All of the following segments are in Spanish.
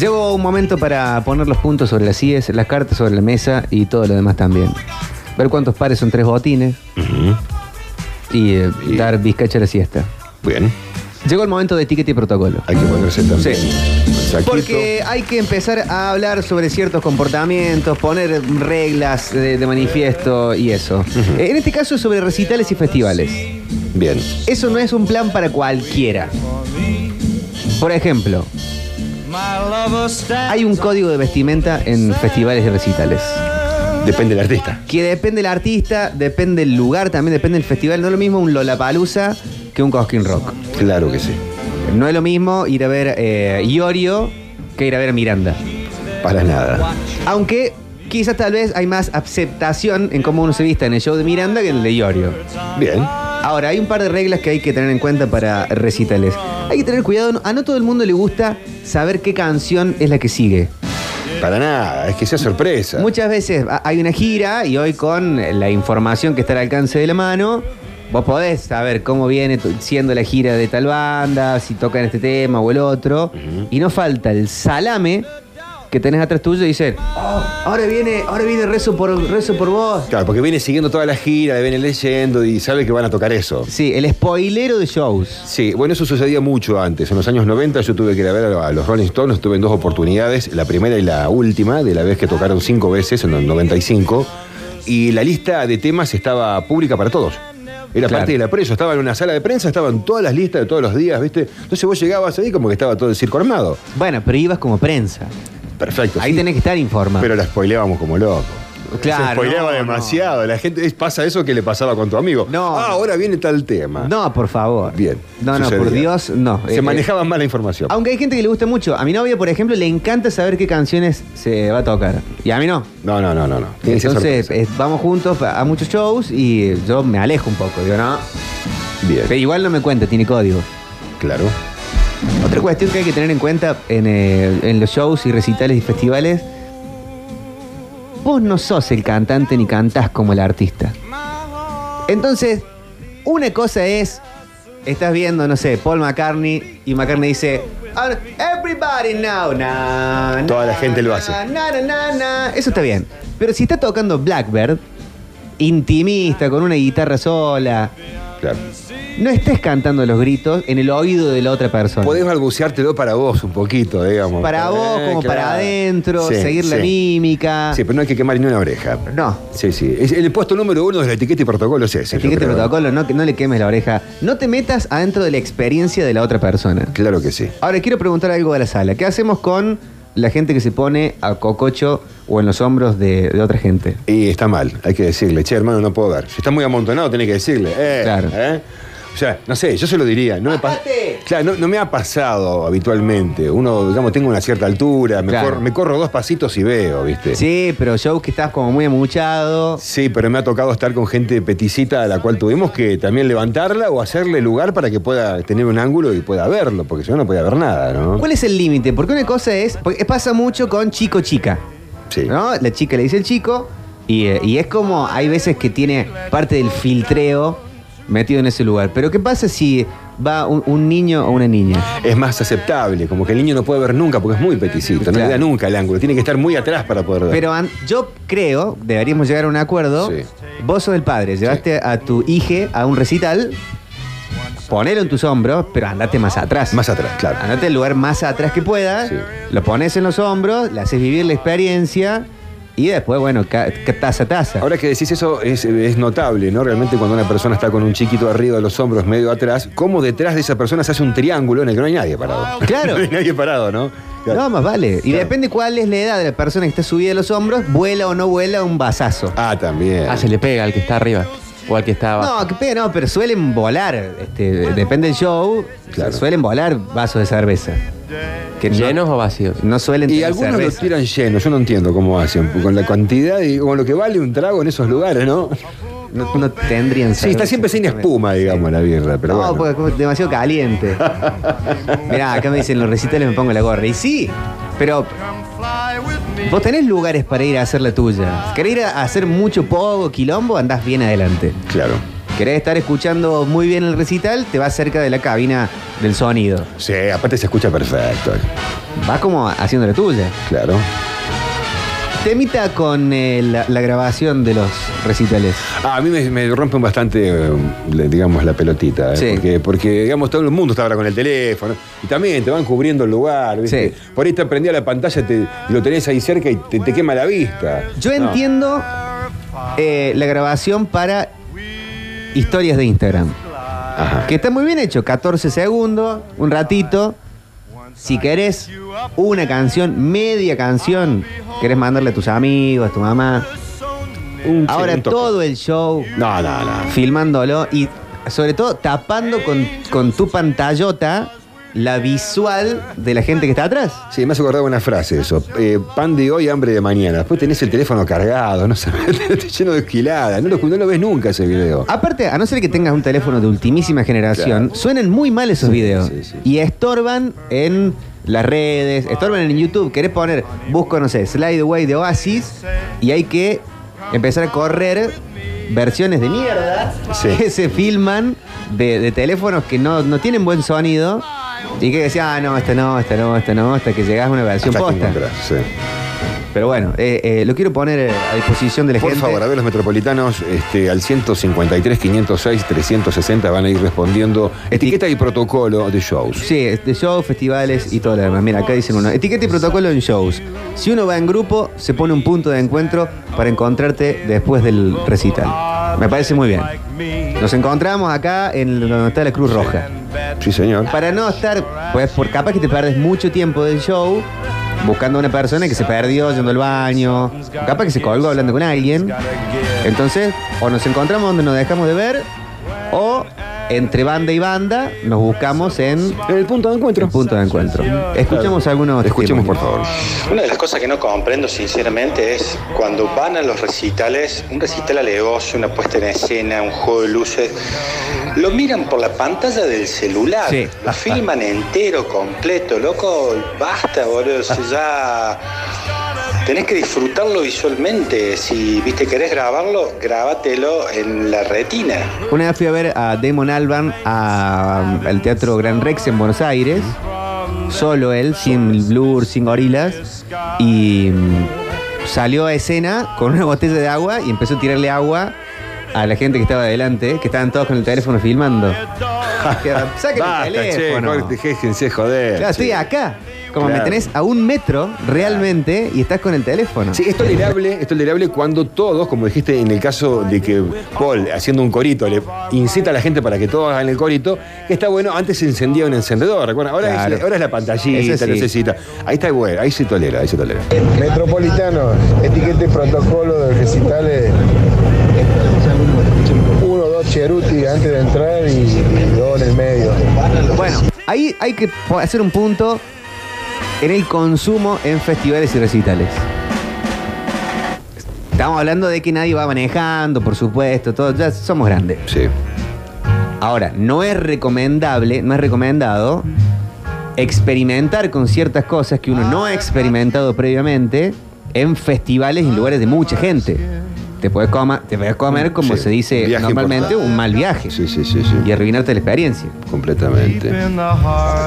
Llegó un momento para poner los puntos sobre las sillas, las cartas sobre la mesa y todo lo demás también. Ver cuántos pares son tres botines Ujú. y, eh, Y- dar bizcacha a la siesta. Bien. Llegó el momento de etiqueta y protocolo. Hay que ponerse también. Sí. Saquito. Porque hay que empezar a hablar sobre ciertos comportamientos, poner reglas de, de manifiesto y eso. En este caso sobre recitales y festivales. Bien. Eso no es un plan para cualquiera. Por ejemplo, hay un código de vestimenta en festivales y recitales. Depende del artista. Que depende del artista, depende del lugar, también depende del festival. No es lo mismo un Lollapalooza que un Cosquín Rock. Claro que sí. No es lo mismo ir a ver eh, Iorio que ir a ver Miranda. Para nada. Aunque quizás tal vez hay más aceptación en cómo uno se vista en el show de Miranda que en el de Iorio. Bien. Ahora, hay un par de reglas que hay que tener en cuenta para recitales. Hay que tener cuidado, a no todo el mundo le gusta saber qué canción es la que sigue. Para nada. Es que sea sorpresa. Muchas veces a- hay una gira y hoy con la información que está al alcance de la mano, vos podés saber cómo viene tu- siendo la gira de tal banda, si tocan este tema o el otro. Y no falta el salame que tenés atrás tuyo y dicen, "Oh, ahora viene, ahora viene rezo por, rezo por vos. Claro, porque viene siguiendo toda la gira, viene leyendo y sabe que van a tocar eso. Sí, el spoilero de shows. Sí, bueno, eso sucedía mucho antes. En los años 90 yo tuve que ir a ver a los Rolling Stones, tuve en dos oportunidades, la primera y la última, de la vez que tocaron cinco veces, en el 95, y la lista de temas estaba pública para todos. Era Claro. parte de la prensa, estaba en una sala de prensa, estaban todas las listas de todos los días, ¿viste? Entonces vos llegabas ahí como que estaba todo el circo armado. Bueno, pero ibas como prensa. Perfecto. Ahí Pues sí. tenés que estar informado. Pero la spoileábamos como locos. Claro, Se spoileaba no, demasiado. La gente es- pasa eso que le pasaba con tu amigo. No. Ah, ahora viene tal tema. No, por favor. Bien. No, no, sucedía. por Dios, no. Se Eh, manejaba mal la información. Aunque hay gente que le gusta mucho. A mi novia, por ejemplo, le encanta saber qué canciones se va a tocar. Y a mí no. No, no, no, no, no. Tiene que ser Entonces, sorpresa. eh, vamos juntos a a muchos shows y yo me alejo un poco. Digo, no. Bien, Pero igual no me cuenta, tiene código. claro. Otra cuestión que hay que tener en cuenta en, eh, en los shows y recitales y festivales. Vos no sos el cantante ni cantás como el artista. Entonces, una cosa es. Estás viendo, no sé, Paul McCartney y McCartney dice. "Ah, Everybody now, na, na, Toda la gente lo na, hace. na, na, na, na". Eso está bien. Pero si está tocando Blackbird, intimista, con una guitarra sola, Claro. no estés cantando los gritos en el oído de la otra persona. Podés balbuceártelo para vos un poquito, digamos. Para Eh, vos, como claro. para adentro, Sí, seguir la sí. mímica. Sí, pero no hay que quemar ni una oreja. No. Sí, sí. Es- el puesto número uno de la etiqueta y protocolo es ese. yo Etiqueta y creo. protocolo, no, que no le quemes la oreja. No te metas adentro de la experiencia de la otra persona. Claro que sí. Ahora, quiero preguntar algo a la sala. ¿Qué hacemos con la gente que se pone a cococho o en los hombros de, de otra gente? Y está mal, hay que decirle, che, hermano, no puedo ver. Si está muy amontonado, tenés que decirle, eh, Claro. eh. O sea, no sé, yo se lo diría. No me pa- Bájate. claro, no, no me ha pasado habitualmente. Uno, digamos, tengo una cierta altura, me, Claro. corro, me corro dos pasitos y veo, ¿viste? Sí, pero show que estás como muy amuchado. Sí, pero me ha tocado estar con gente peticita a la cual tuvimos que también levantarla o hacerle lugar para que pueda tener un ángulo y pueda verlo, porque si no, no podía ver nada, ¿no? ¿Cuál es el límite? Porque una cosa es. Porque pasa mucho con chico-chica. Sí. ¿No? La chica le dice el chico. Y, eh, y es como. Hay veces que tiene parte del filtreo metido en ese lugar. Pero ¿qué pasa si va un, un niño o una niña? Es más aceptable, como que el niño no puede ver nunca porque es muy peticito, no Claro. le da nunca el ángulo, tiene que estar muy atrás para poder ver. Pero an- yo creo, deberíamos llegar a un acuerdo. Sí. Vos sos el padre, llevaste a tu hija a un recital. Ponelo en tus hombros, pero andate más atrás. Más atrás, claro. Andate el lugar más atrás que pueda, Sí. lo pones en los hombros, le haces vivir la experiencia y después, bueno, ca- ca- taza a taza. Ahora que decís eso, es, es notable, ¿no? Realmente cuando una persona está con un chiquito arriba de los hombros, medio atrás, cómo detrás de esa persona se hace un triángulo en el que no hay nadie parado. Claro. no hay nadie parado, ¿no? Claro. no, más vale. Y Claro. depende cuál es la edad de la persona que está subida de los hombros, vuela o no vuela un bazazo. Ah, también. Ah, se le pega al que está arriba o al que está abajo. No, que pe- no, pero suelen volar. este, depende del show, Claro. suelen volar vasos de cerveza. Que no- ¿Llenos o vacíos? No suelen Y tener algunos cerveza. lo tiran lleno, yo no entiendo cómo hacen, con la cantidad y con lo que vale un trago en esos lugares, ¿no? no, no tendrían Sí, cerveza, está siempre sin justamente. espuma, digamos, la birra, pero no, pues- bueno. porque es como demasiado caliente. Mirá, acá me dicen los recitales me pongo la gorra. Y sí, pero vos tenés lugares para ir a hacer la tuya. Si querés ir a hacer mucho poco quilombo, andás bien adelante. Claro. Querés estar escuchando muy bien el recital, te vas cerca de la cabina del sonido. Sí, aparte se escucha perfecto. Vas como haciendo la tuya. Claro. Temita con eh, la, la grabación de los recitales. Ah, a mí me, me rompen bastante, eh, le- digamos, la pelotita. eh, Sí. Porque, porque, digamos, todo el mundo está ahora con el teléfono. Y también te van cubriendo el lugar, ¿viste? Sí. Por ahí te prendía la pantalla, te, y lo tenés ahí cerca y te, te quema la vista. Yo No. entiendo eh, la grabación para historias de Instagram. Ajá. Que está muy bien hecho, 14 segundos, un ratito. Si querés una canción, media canción, querés mandarle a tus amigos, a tu mamá. Un- Ahora sí, un toque. todo el show No, no, no. filmándolo y sobre todo tapando con, con tu pantallota la visual de la gente que está atrás. Sí, me has acordado una frase eso. Eh, pan de hoy, hambre de mañana. Después tenés el teléfono cargado, no sabes, está lleno de esquilada. No lo, no lo ves nunca ese video. Aparte, a no ser que tengas un teléfono de ultimísima generación, suenan muy mal esos videos. sí, sí. Y estorban en las redes, estorban en YouTube. Querés poner, busco, no sé, Slide Away de Oasis y hay que empezar a correr versiones de mierda Sí. que se filman de, de teléfonos que no, no tienen buen sonido y que decían, ah, no, esta no, esta no, esta no, hasta que llegás a una versión Hasta que posta. encontrás, sí. Pero bueno, eh, eh, lo quiero poner eh, a disposición de la Por gente. favor, a ver los metropolitanos este, al 153, 506, 360 van a ir respondiendo Este etiqueta y protocolo de shows. Sí, de shows, festivales y todo lo demás. Mira, acá dicen uno. Etiqueta y protocolo en shows. Si uno va en grupo, se pone un punto de encuentro para encontrarte después del recital. Me parece muy bien. Nos encontramos acá en donde está la Cruz Roja. Sí, señor. Para no estar, pues por capaz que te perdes mucho tiempo del show buscando a una persona que se perdió yendo al baño, capaz que se colgó hablando con alguien. Entonces, o nos encontramos donde nos dejamos de ver, o entre banda y banda nos buscamos en En el punto de encuentro. el punto de encuentro. Escuchemos algunos. Escuchemos, por testimonios. favor. Una de las cosas que no comprendo sinceramente es cuando van a los recitales, un recital alegoso, una puesta en escena, un juego de luces, lo miran por la pantalla del celular, Sí. lo filman entero, completo, loco, basta, boludo, o sea, ya tenés que disfrutarlo visualmente, si viste querés grabarlo, grábatelo en la retina. Una vez fui a ver a Damon Alban a- um, al Teatro Gran Rex en Buenos Aires. Solo él, sin blur, sin gorilas. Y mm, salió a escena con una botella de agua y empezó a tirarle agua a la gente que estaba adelante, que estaban todos con el teléfono filmando. Saquen el Basta, che, teléfono. corte, déjense joder. Claro, estoy che. acá. Como me Claro. tenés a un metro realmente y estás con el teléfono. Sí, es tolerable, es tolerable cuando todos, como dijiste en el caso de que Paul, haciendo un corito, le incita a la gente para que todos hagan el corito, que está bueno, antes se encendía un encendedor, ¿recuerdan? Ahora, Claro. es, ahora es la pantallita, Eso sí. necesita. Ahí está bueno, ahí se tolera, ahí se tolera. Metropolitano, etiqueta y protocolo de recitales. Uno, dos cheruti antes de entrar y dos en el medio. Bueno, ahí hay que po- hacer un punto en el consumo en festivales y recitales. Estamos hablando de que nadie va manejando, por supuesto, todos ya somos grandes. Sí. Ahora, no es recomendable, no es recomendado experimentar con ciertas cosas que uno no ha experimentado previamente en festivales y lugares de mucha gente. Te puedes, coma- te puedes comer, como Sí, se dice viaje normalmente, importante. un mal viaje Sí, sí, sí, sí. y arruinarte la experiencia. Completamente.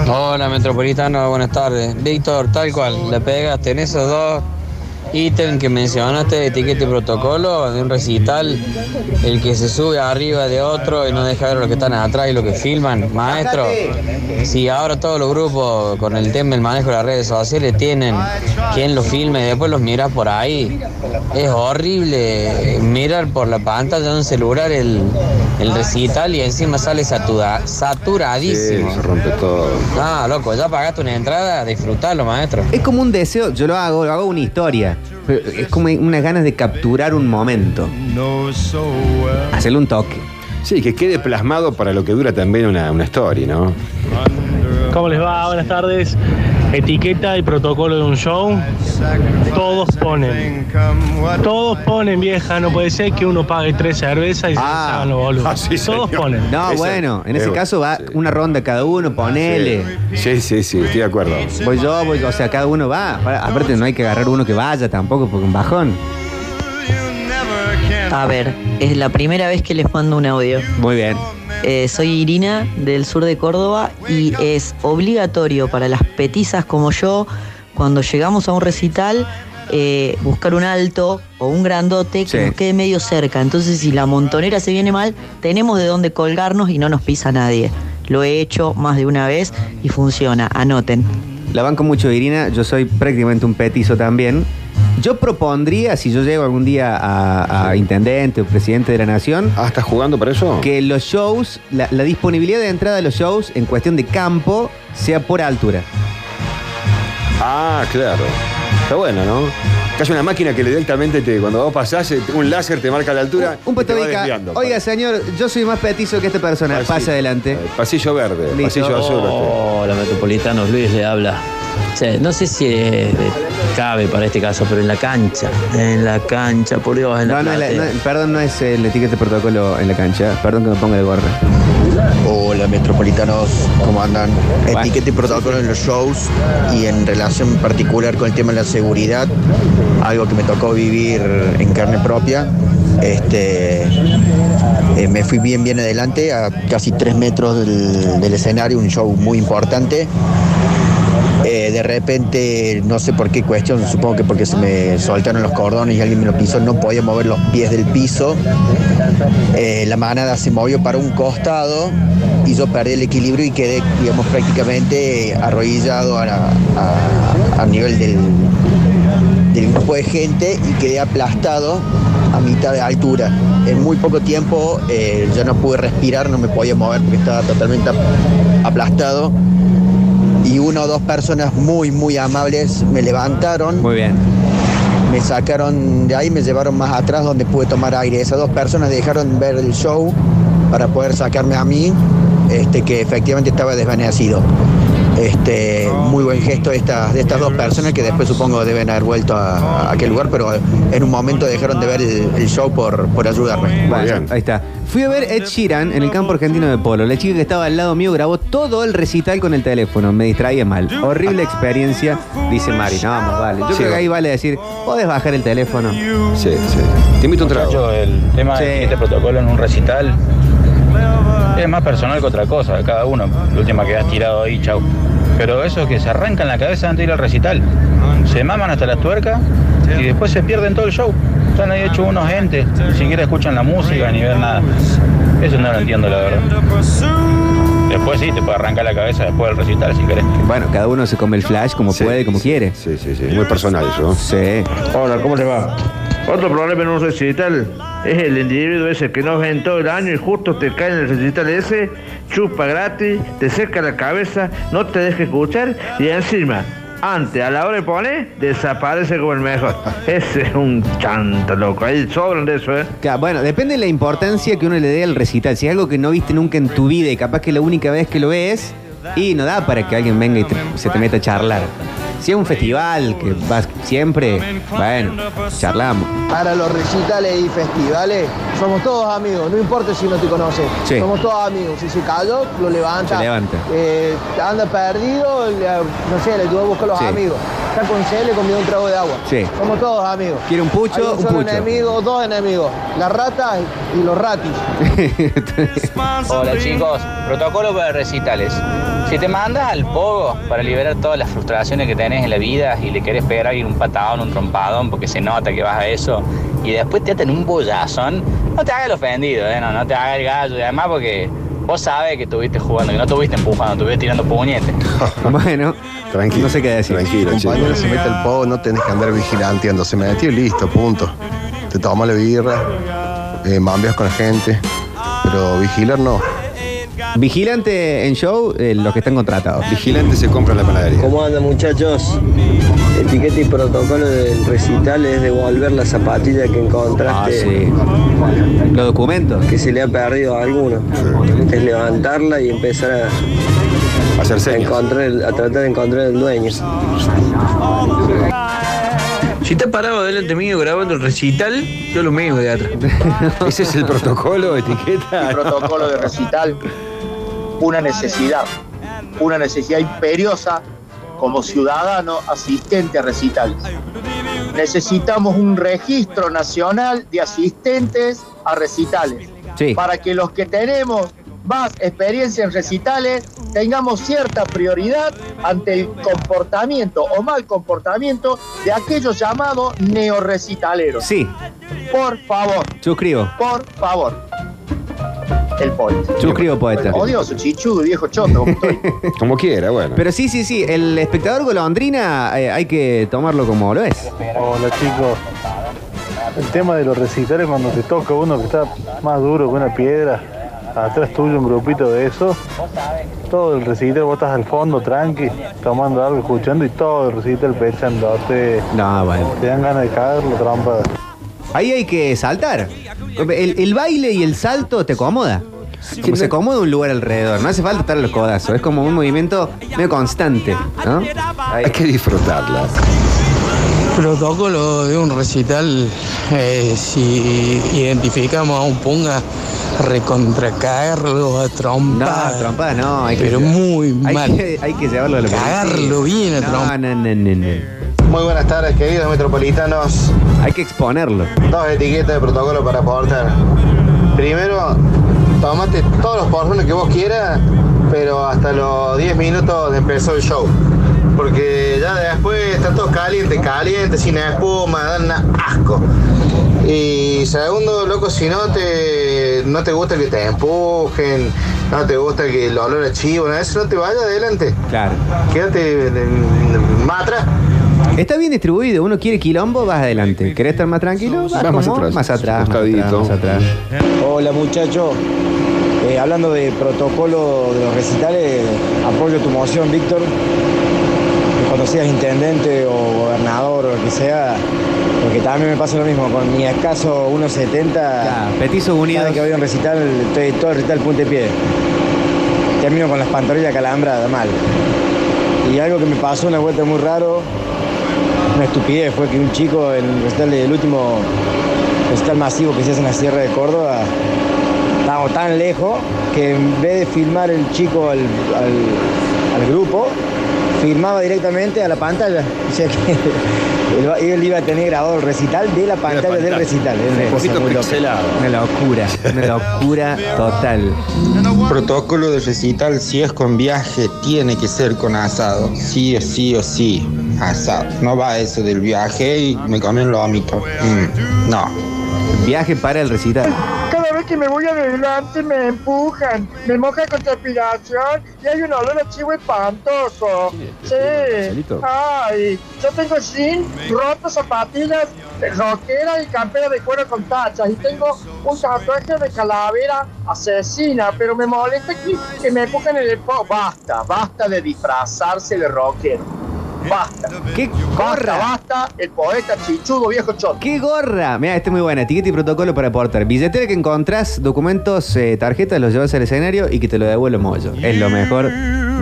Hola Metropolitano, buenas tardes. Víctor, tal cual, le pegaste en esos dos ítems que mencionaste, de etiqueta y protocolo, de un recital, el que se sube arriba de otro y no deja ver lo que están atrás y lo que filman. Maestro, si ahora todos los grupos con el tema del manejo de las redes sociales tienen quien los filme y después los mira por ahí, es horrible mirar por la pantalla de un celular el, el recital y encima sale satura- Sí, saturadísimo. se rompe todo. No, loco, ya pagaste una entrada, disfrutalo, maestro. Es como un deseo, yo lo hago, lo hago una historia. Pero es como unas ganas de capturar un momento. Hacerle un toque. Sí, que quede plasmado para lo que dura también una, una story, ¿no? ¿Cómo les va? Buenas tardes. Etiqueta y protocolo de un show. Todos ponen. Todos ponen, vieja. No puede ser que uno pague tres cervezas y se Ah. hagan los boludos. Ah, sí, Todos señor. ponen. No, Esa- bueno, en es ese bueno, caso va sí. una ronda cada uno, ponele. Sí, sí, sí, estoy de acuerdo. Voy yo, voy yo, o sea, cada uno va. Para- Aparte no hay que agarrar uno que vaya tampoco, porque un bajón. A ver, es la primera vez que les mando un audio. Muy bien. Eh, soy Irina del sur de Córdoba y es obligatorio para las petizas como yo, cuando llegamos a un recital, eh, buscar un alto o un grandote que Sí. nos quede medio cerca. Entonces, si la montonera se viene mal, tenemos de dónde colgarnos y no nos pisa nadie. Lo he hecho más de una vez y funciona. Anoten. La banco mucho, Irina. Yo soy prácticamente un petizo también. Yo propondría, si yo llego algún día a, a intendente o presidente de la nación, Ah, ¿estás jugando para eso? que los shows, la, la disponibilidad de entrada a los shows en cuestión de campo sea por altura. Ah, claro. Está bueno, ¿no? Que haya una máquina que directamente te, cuando vos pasás, eh, un láser te marca la altura. Un y te va petobica. desviando. Oiga, señor, yo soy más petizo que esta persona. Pasillo. Pasa adelante. Eh, Pasillo verde, Listo. Oh. pasillo azul. Hola Metropolitanos, Luis le habla. Che, no sé si es de- cabe para este caso, pero en la cancha, en la cancha, por Dios, en la No, no, es la- platea. no, perdón, no es el etiquete protocolo en la cancha. Perdón que me ponga el gorra. Hola metropolitanos, ¿cómo andan? Bueno. Etiqueta y protocolo en los shows y en relación particular con el tema de la seguridad, algo que me tocó vivir en carne propia. Este, eh, me fui bien, bien adelante, a casi tres metros del, del escenario, un show muy importante. Eh, de repente, no sé por qué cuestión, supongo que porque se me soltaron los cordones y alguien me lo pisó, no podía mover los pies del piso. Eh, la manada se movió para un costado y yo perdí el equilibrio y quedé, digamos, prácticamente eh, arrodillado a, la- a- a nivel del, del grupo de gente y quedé aplastado a mitad de altura. En muy poco tiempo eh, ya no pude respirar, no me podía mover porque estaba totalmente ap- aplastado. Y una o dos personas muy, muy amables me levantaron Muy bien. me sacaron de ahí, me llevaron más atrás donde pude tomar aire. Esas dos personas dejaron ver el show para poder sacarme a mí, este, que efectivamente estaba desvanecido. Este, muy buen gesto de estas, de estas dos personas que después supongo deben haber vuelto a, a aquel lugar, pero en un momento dejaron de ver el, el show por, por ayudarme. Bueno, bien. ahí está. Fui a ver Ed Sheeran en el campo argentino de polo. La chica que estaba al lado mío grabó todo el recital con el teléfono. Me distraía mal. Horrible experiencia, dice Mari. No, vamos, vale. Yo Sí, creo que va. ahí vale decir, podés bajar el teléfono. Sí, sí. Te invito a un trago. Yo, el tema Sí. de este protocolo en un recital es más personal que otra cosa, cada uno. La última que has tirado ahí, chau. Pero eso que se arrancan la cabeza antes de ir al recital, se maman hasta las tuercas y después se pierden todo el show. Están ahí hecho unos entes, ni siquiera escuchan la música ni ven nada. Eso no lo entiendo, la verdad. Después sí, te puede arrancar la cabeza después del recital si querés. Bueno, cada uno se come el flash como Sí, puede, como sí, quiere. Sí, sí, sí. Muy personal eso. Sí. Hola, ¿cómo les va? Otro problema en un recital es el individuo ese que no ven todo el año y justo te cae en el recital ese, chupa gratis, te seca la cabeza, no te deja escuchar y encima, antes, a la hora de poner, desaparece como el mejor. Ese es un chanta, loco. Ahí sobran de eso, ¿eh? Claro, bueno, depende de la importancia que uno le dé al recital. Si es algo que no viste nunca en tu vida y capaz que la única vez que lo ves, y no da para que alguien venga y te- se te meta a charlar. Si es un festival que vas siempre, bueno, charlamos. Para los recitales y festivales, somos todos amigos, no importa si no te conoces, Sí. somos todos amigos. Si se cayó, lo levanta. Se levanta. Eh, anda perdido, le- no sé, le tuvo que buscar los Sí. amigos. Está con C, le conviene un trago de agua. Sí. Somos todos amigos. ¿Quiere un pucho? Hay un Un solo pucho. enemigo, dos enemigos, las ratas y los ratis. Hola chicos, protocolo para recitales. Si te mandas al pogo para liberar todas las frustraciones que tenés en la vida y le querés pegar a alguien un patadón, un trompadón, porque se nota que vas a eso, y después te hacen un bollazón, no te hagas el ofendido, ¿eh? no, no te hagas el gallo y además porque vos sabes que estuviste jugando, que no estuviste empujando, estuviste tirando puñetes. bueno, Tranquilo. No sé qué decir. Tranquilo, chico. Compañero, se mete el pogo, no tenés que andar vigilanteando. Se metió y listo, punto. Te tomas la birra, eh, mambias con la gente, pero vigilar no. Vigilante en show, eh, los que están contratados. Vigilante se compra en la panadería. ¿Cómo andan muchachos? Etiqueta y protocolo del recital es devolver la zapatilla que Ah, encontraste sí. Los documentos. que se le ha perdido a alguno. Es levantarla y empezar a- Hacer a, señas. encontrar, el- a tratar de encontrar el dueño. Si estás parado delante mío grabando el recital, yo lo meo de atrás. Ese es el protocolo, etiqueta. protocolo de recital, una necesidad, una necesidad imperiosa como ciudadano asistente a recitales. Necesitamos un registro nacional de asistentes a recitales. Sí. Para que los que tenemos más experiencia en recitales tengamos cierta prioridad ante el comportamiento o mal comportamiento de aquellos llamados neorecitaleros. Sí. Por favor, Suscribo. por favor. El poeta. Suscribo, poeta. Odioso, chichudo, viejo choto. como estoy. Como quiera, bueno. Pero sí, sí, sí, el espectador golondrina eh, hay que tomarlo como lo es. Hola chicos. El tema de los recitales cuando te toca uno que está más duro que una piedra, atrás tuyo un grupito de eso, todo el recital vos estás al fondo tranqui, tomando algo, escuchando y todo el recital pechándote. No, bueno. Te dan ganas de cagarlo, trampa. Ahí hay que saltar. El, el baile y el salto te acomoda. Como se acomoda un lugar alrededor, no hace falta estar a los codazos, es como un movimiento medio constante, ¿no? Hay que disfrutarla. Protocolo de un recital, eh, si identificamos a un punga, recontracaerlo a trompadas. No, trompadas no, hay que- Pero muy hay mal. que- hay que llevarlo a la policía. Cagarlo bien a No, trompadas. no, no, no, no. Muy buenas tardes, queridos metropolitanos. Hay que exponerlo. Dos etiquetas de protocolo para aportar. Primero, tomate todos los porrones que vos quieras, pero hasta los 10 minutos de empezó el show. Porque ya después está todo caliente, caliente, sin espuma, dan una asco. Y segundo, loco, si no te, no te gusta que te empujen, no te gusta que el olor a chivo, nada de eso, no te vayas adelante. Claro. Quédate en- en- más atrás. Está bien distribuido, uno quiere quilombo, vas adelante. ¿Querés estar más tranquilo? Vas, Vas más como atrás. Más atrás, más atrás, Costadito. más atrás. Hola muchachos, Eh, hablando de protocolo de los recitales, apoyo tu moción, Víctor. Cuando seas intendente o gobernador o lo que sea, porque también me pasa lo mismo, con mi escaso 1,70. Petizos Unidos. Cada que voy a un recital, estoy todo el recital punta y pie. Termino con las pantorrillas calambradas, mal. Y algo que me pasó una vuelta muy raro, una estupidez, fue que un chico en el recital del último recital masivo que se hace en la Sierra de Córdoba, estábamos tan lejos que en vez de filmar el chico al, al- al grupo, filmaba directamente a la pantalla. O sea que él, él iba a tener grabado el recital de la pantalla, del recital. ¿eh? Es una cosa muy loca. Una locura, una locura total. Protocolo de recital, si es con viaje, tiene que ser con asado. Sí o sí o sí, asado. No va eso del viaje y me comen lo amito. no. Viaje para el recital. Cada vez que me voy adelante me empujan, me moja con transpiración y hay un olor a chivo espantoso. Sí. Marcelito? Ay, yo tengo jean, roto, zapatillas, rockera y campera de cuero con tachas y tengo un tatuaje de calavera asesina, pero me molesta que, que me empujan en el po. Basta, basta de disfrazarse de rockero. Basta. ¿Qué basta, basta, el poeta chichudo viejo choto. ¡Qué gorra! Mira, esta es muy buena. Etiqueta y protocolo para aportar. Billetera que encontrás, documentos, eh, tarjetas, los llevas al escenario y que te lo devuelva Moyo. Es lo mejor,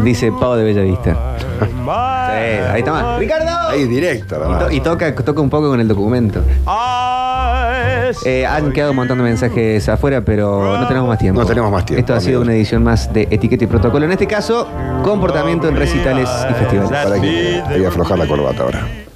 dice Pau de Bellavista. Sí, ahí está más. ¡Ricardo! Ahí directo, Y, to- y toca, toca un poco con el documento. Eh, han quedado un montón de mensajes afuera, pero no tenemos más tiempo. No tenemos más tiempo. Esto ha sido una edición más de Etiqueta y Protocolo. En este caso, comportamiento en recitales y festivales. Para que voy a aflojar la corbata ahora.